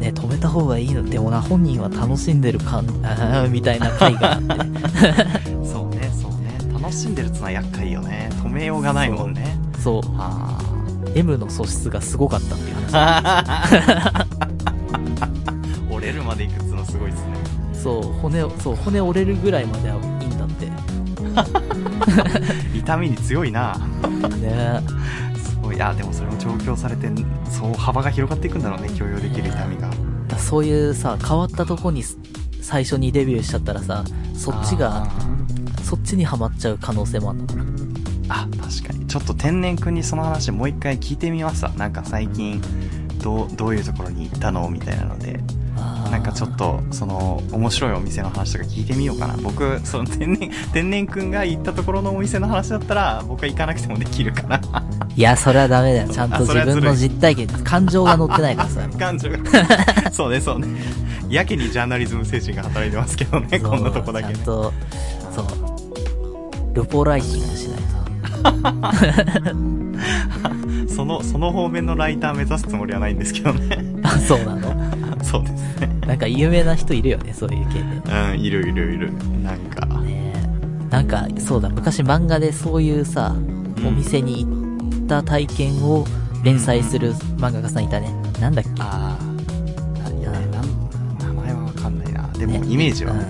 ね止めた方がいいのでもな本人は楽しんでる感あーみたいな回 があって
そうねそうね楽しんでるっつのは厄介よね止めようがないもんね
そう
あ
M の素質がすごかったっていう話
折れるまで行くっつのすごいっすね
そう骨をそう骨折れるぐらいまではいいんだって
痛みに強いな
ね
すごいいやでもそれも調教されてそう幅が広がっていくんだろうね許容できる痛みが
だそういうさ変わったとこにす最初にデビューしちゃったらさ、そっちが、そっちにはまっちゃう可能性もあるのかな。
あーあ確かにちょっと天然くんにその話もう一回聞いてみますわなんか最近どうどういうところに行ったのみたいなので
あー
なんかちょっとその面白いお店の話とか聞いてみようかな僕その天然天然くんが行ったところのお店の話だったら僕は行かなくてもできるかな
いや、それはダメだよ。ちゃんと自分の実体験、感情が乗ってないからさ。
感情が そうねそうねやけにジャーナリズム精神が働いてますけどね
そう
こんなとこだけ
ちゃ
ね
んと、そう。ルポライティングしないと。
そのその方面のライター目指すつもりはないんですけ どね
あ、そうなの
そうですね
なんか有名な人いるよね、そういう経験。
うんいるいるいるなんか
ねえなんか、そうだ、昔漫画でそういうさ、お店に行った体験を連載する漫画家さんいたね。なんだっけ
ああ何やねなん名前はわかんないなでも
ね
イメージは、
うん
うん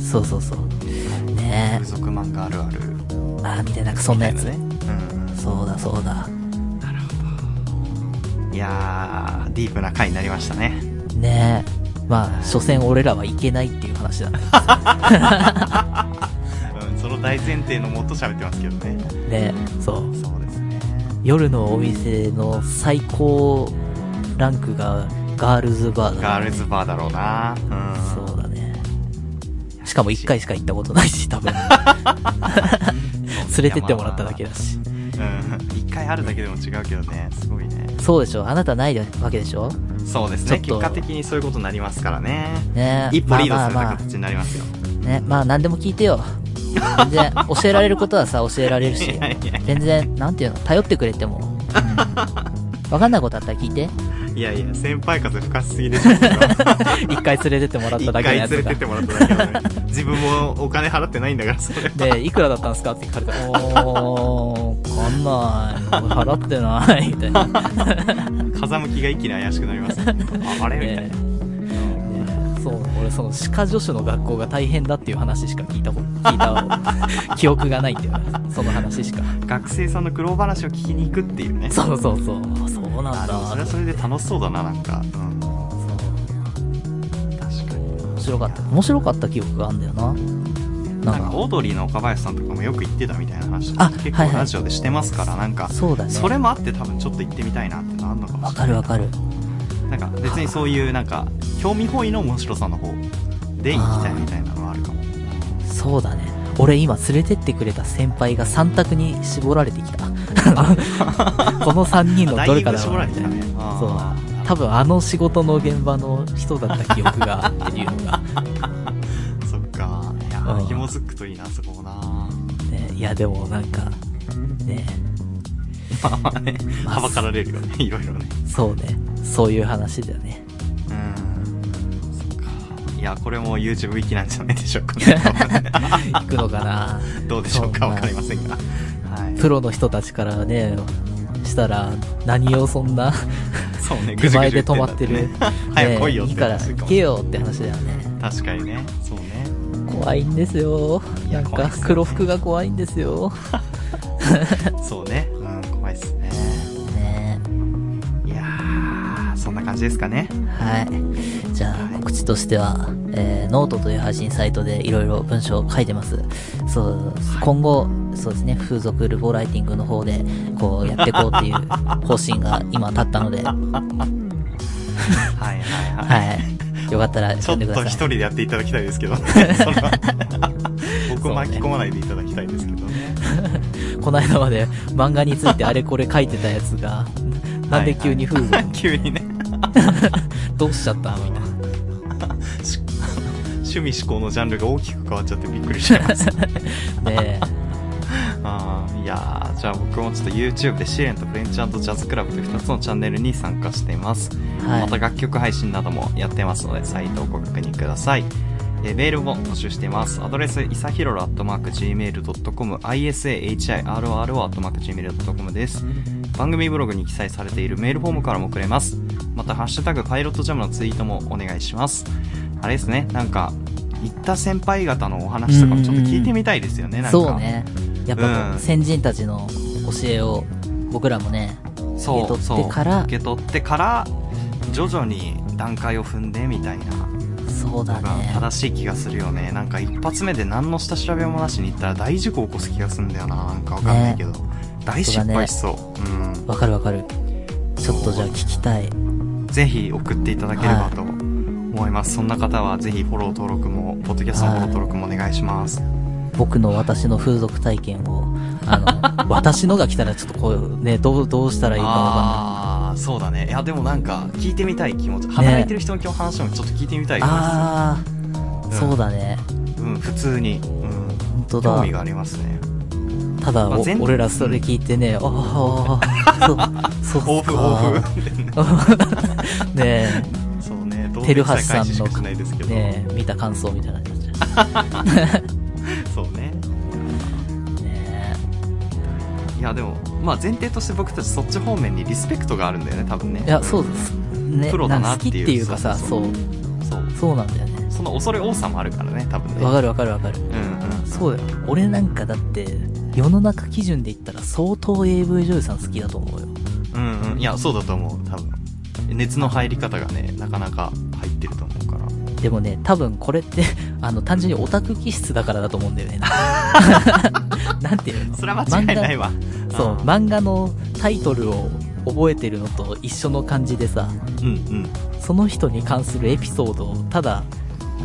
そうそうそう。ね
風俗漫画あるある
え。あ、みたいな、なんかそんなやつ。
ねうん
そうだ、そうだ。
うんいやーディープな回になりましたね
ねえ。まあ、所詮俺らはいけないっていう話なんだ
うんその大前提のもっと喋ってますけどね
ねそう。
そうですね
夜のお店の最高ランクがガールズバーだ、
ガールズバーだろうなうん
そうだね。しかも一回しか行ったことない し、多分。連れてってもらっただけだし。
うん一回あるだけでも違うけどねすごいね
そうでしょあなたないわけでしょ
そうです
ちょっ
ね
と
結果的にそういうことになりますからね
ね
一歩リードされ
まあま
た
あま
形になりますよ、
あ、ね、まあ何でも聞いてよ。全 然、教えられることはさ、教えられるし
いやいやいや。
全然、なんていうの頼ってくれても。うんわかんないことあったら聞い て。
いやいや先輩風深すぎでしょそれは
一回連れてってもらっ
一
ただけの
回
や
連
つ
れ
が
てっ。てもらっただけなのに自分もお金払ってないんだからそれは
で、いくらだったんですかって聞かれて、おー、わかんない。俺払ってない。みたいな。
風向きが一気に怪しくなりますねああれみたい
ね
な、
そう、俺その歯科助手の学校が大変だっていう話しか聞いたこと、聞いた 記憶がないんだよね。その話しか。
学生さんの苦労話を聞きに行くっていうね
そうそうそう。あそうな
あ
ん
でもそれ
だ。
はそれで楽しそうだななんかうん確かに
面白かった。面白かった記憶があるんだよな。
な
なんん
か
か、
オードリーの岡林さんとかもよく行ってたみたいな話
あは
結
い
構
はい
ラジオでしてますから、なんか
そうだね。
それもあって多分ちょっと行ってみたいなってのあんのかも
わ
し
かる
れない
わかる。
なんか別にそういうなんか興味本位の面白さの方で行きたいみたいなのはあるかも
そうだね。俺今連れてってくれた先輩が3択に絞られてき た。この3人のどれかだろうなみたい
だいぶ絞られてきたね
な。そう
あー。
多分あの仕事の現場の人だった記憶があるっていうの が。
そっかいや
う
ー
ん
紐づくといいなそこもな
ね、いやでもなんか、ね、
まあまあねはばかられるよねいろいろね
そうね。そういう話だよ ね。
うんそっかいやこれも YouTube 行きなんじゃないでしょう かね
行くのかな
どうでしょうか
そう
わかりませんがはい
プロの人たちからね、したら、何をそんな、
そうね、
手前で止まってる。
ね、 早く来いよっ
ねいい
て
から
話
行
も
けよって話だよね。
確かにね、そうね。
怖いんですよ。
いや
なん
怖い
か
っすよね
黒服が怖いんですよ。
そうね。うん、怖いっすね。
ね
いやー、そんな感じですかね。
はい。じゃあ、告知としては、えーノートという配信サイトでいろいろ文章を書いてます。そう、今後、そうですね、風俗ルボライティングの方で、こうやっていこうっていう方針が今立ったので、 は
はいはいはい。
い。よかったら
ちょ
読
っ
んでく
と
だ
一
さい。
人でやっていただきたいです けどね。それは僕を巻き込まないでいただきたいですけどね。
この間まで漫画についてあれこれ書いてたやつ が、なんで急に風俗、
急にね、
どうしちゃったみたいな。
し趣味思考のジャンルが大きく変わっちゃってびっくりしちゃいました。
ね
あ ーいやーじゃあ僕もちょっと YouTube でシエレンとフレンチジャズクラブという2つのチャンネルに参加しています、
はい
また楽曲配信などもやってますのでサイトをご確認くださいえーメールも募集していますアドレスいさひろろ .gmail.com isahiroro.gmail.com です番組ブログに記載されているメールフォームからもくれますまた「ハッシュタグパイロットジャム」のツイートもお願いしますあれですねなんか行った先輩方のお話とかもちょっと聞いてみたいですよね、
え
なんか
そうね。やっぱこ
うん
う、先人たちの教えを、僕らもね、
そう
受け
そう
取ってから
受け取ってから徐々に段階を踏んでみたいな
そうだ
のが
ね。
正しい気がするよねなんか一発目で何の下調べもなしに行ったら大事故起こす気がするんだよななんかわかんないけど、大失敗しそう、
わかるわかる。ちょっとじゃあ
そう
聞きたい。
うんぜひ送っていただければと思います、そんな方はぜひフォロー登録もポッドキャストのフォロー登録もお願いします、
僕の私の風俗体験を、 あの、私のが来たらちょっとこう、ね、どう、どうしたらいいかわか
ああそうだねいやでもなんか聞いてみたい気持ち働いてる人の今日話もちょっと聞いてみたい
んな
で
い。
す
ああ、
うん
そうだね。
うん普通に、うん、
本当
興
だ
味。がありますね
ただ、
まあ
お
全
俺らそれ聞いてね、ああ、そう、そう
抱
っ
負抱負
か。 ね
そうねどう
テルハスさんの
しかしないですけ
え、ね
ど、
え、見た感想みたいな感じだ
そうね
ね
いやでもまあ前提として僕たちそっち方面にリスペクトがあるんだよね多分ね
え。いや、そうです。ね、
プロだなっていうん
か好きっていうかさ、
そ
そうう、
そう
そうなんだよね。
その恐れ多さもあるからね多分ね
わかるわかるわかる。
うんうん
そうよ。俺なんかだって、世の中基準で言ったら相当 AV 女優さん好きだと思うよ。
うんうんいやそうだと思う多分熱の入り方がねなかなか入ってると思うから
でもね、多分これって、 あの、単純にオタク気質だからだと思うん だよね。なんていうの
それは間違いないわ
漫画そう、
ん
漫画のタイトルを覚えてるのと一緒の感じでさ、
うんうん
その人に関するエピソードをただ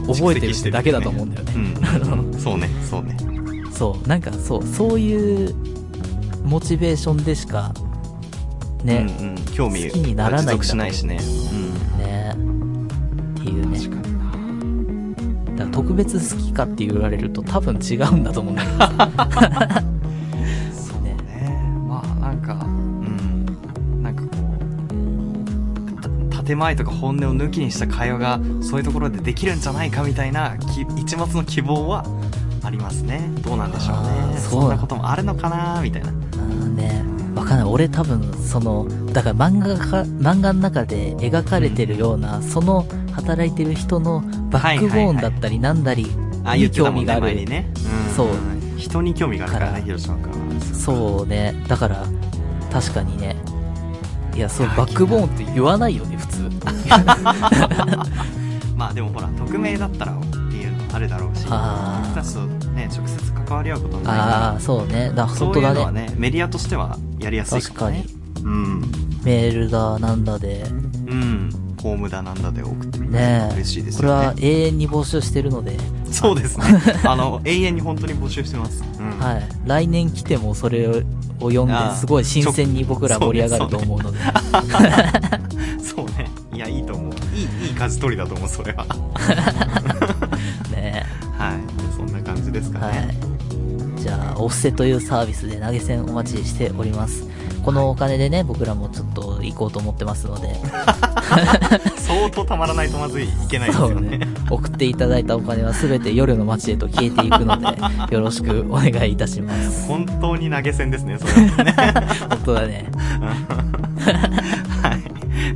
覚えてるってだけだと思うんだよね。
うんうんそうねそうね
そう、なんかそう、そういうモチベーションでしか、ね、
うんうん興味
好きにならないんだ
持続しないしね
ねっていう
うん
ね
確かに
だから特別好きかって言われると多分違うんだと思うんだけ ど
そうねまあなんかうんなんかこうた建前とか本音を抜きにした会話がそういうところでできるんじゃないかみたいなき一抹の希望はありますねどうなんでしょう
あ
ね
ー
そ
そうん
なこともあるのかなみたいな
あーねわかんない俺多分そのだから漫画が漫画の中で描かれてるようなその働いてる人のバックボーンだったりなんだり
あ
に
言ってた
興
も
味
ん
が
ね
あ
前
る、
にね、ん
そう
人に興味があるから
か
ね
ら
ヒロシさんから
そうねだから確かにねいやそう
いやー
バックボーンって言わないよね普 通
まあでもほら匿名だったらっていうのもあるだろうし
あー
僕たちとね直接関わり合うこともないから
ああそうねだ
そ
本当
ういうの
だ
は
ね
ねメディアとしてはやりやすい
確
か
からに
ねうん
メールだなんだで
うんホームだなんだで送ってみて、
ねえ
嬉しいです
これ
よ
は
ね
永遠に募集してるので
そう ですねあの永遠に本当に募集してます、うん
はい。来年来てもそれを読んで
ああ、
すごい新鮮に僕ら盛り上がると思うので。
そうねいやいいと思ういいいい舵取りだと思うそ れは
ね
はいそんな感じですかね、
はい。じゃあ、オフセというサービスで投げ銭お待ちしております。このお金でね、僕らもちょっと行こうと思ってますので、
相当たまらないとまずいいけないです
そ
よ
う
ね
ね。送っていただいたお金はすべて夜の街へと消えていくので、よろしくお願いいたします。
本当に投げ銭ですねそれはね
本当だね。
はい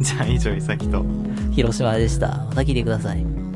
じゃあ以上いさきと
広島でした。また来てください。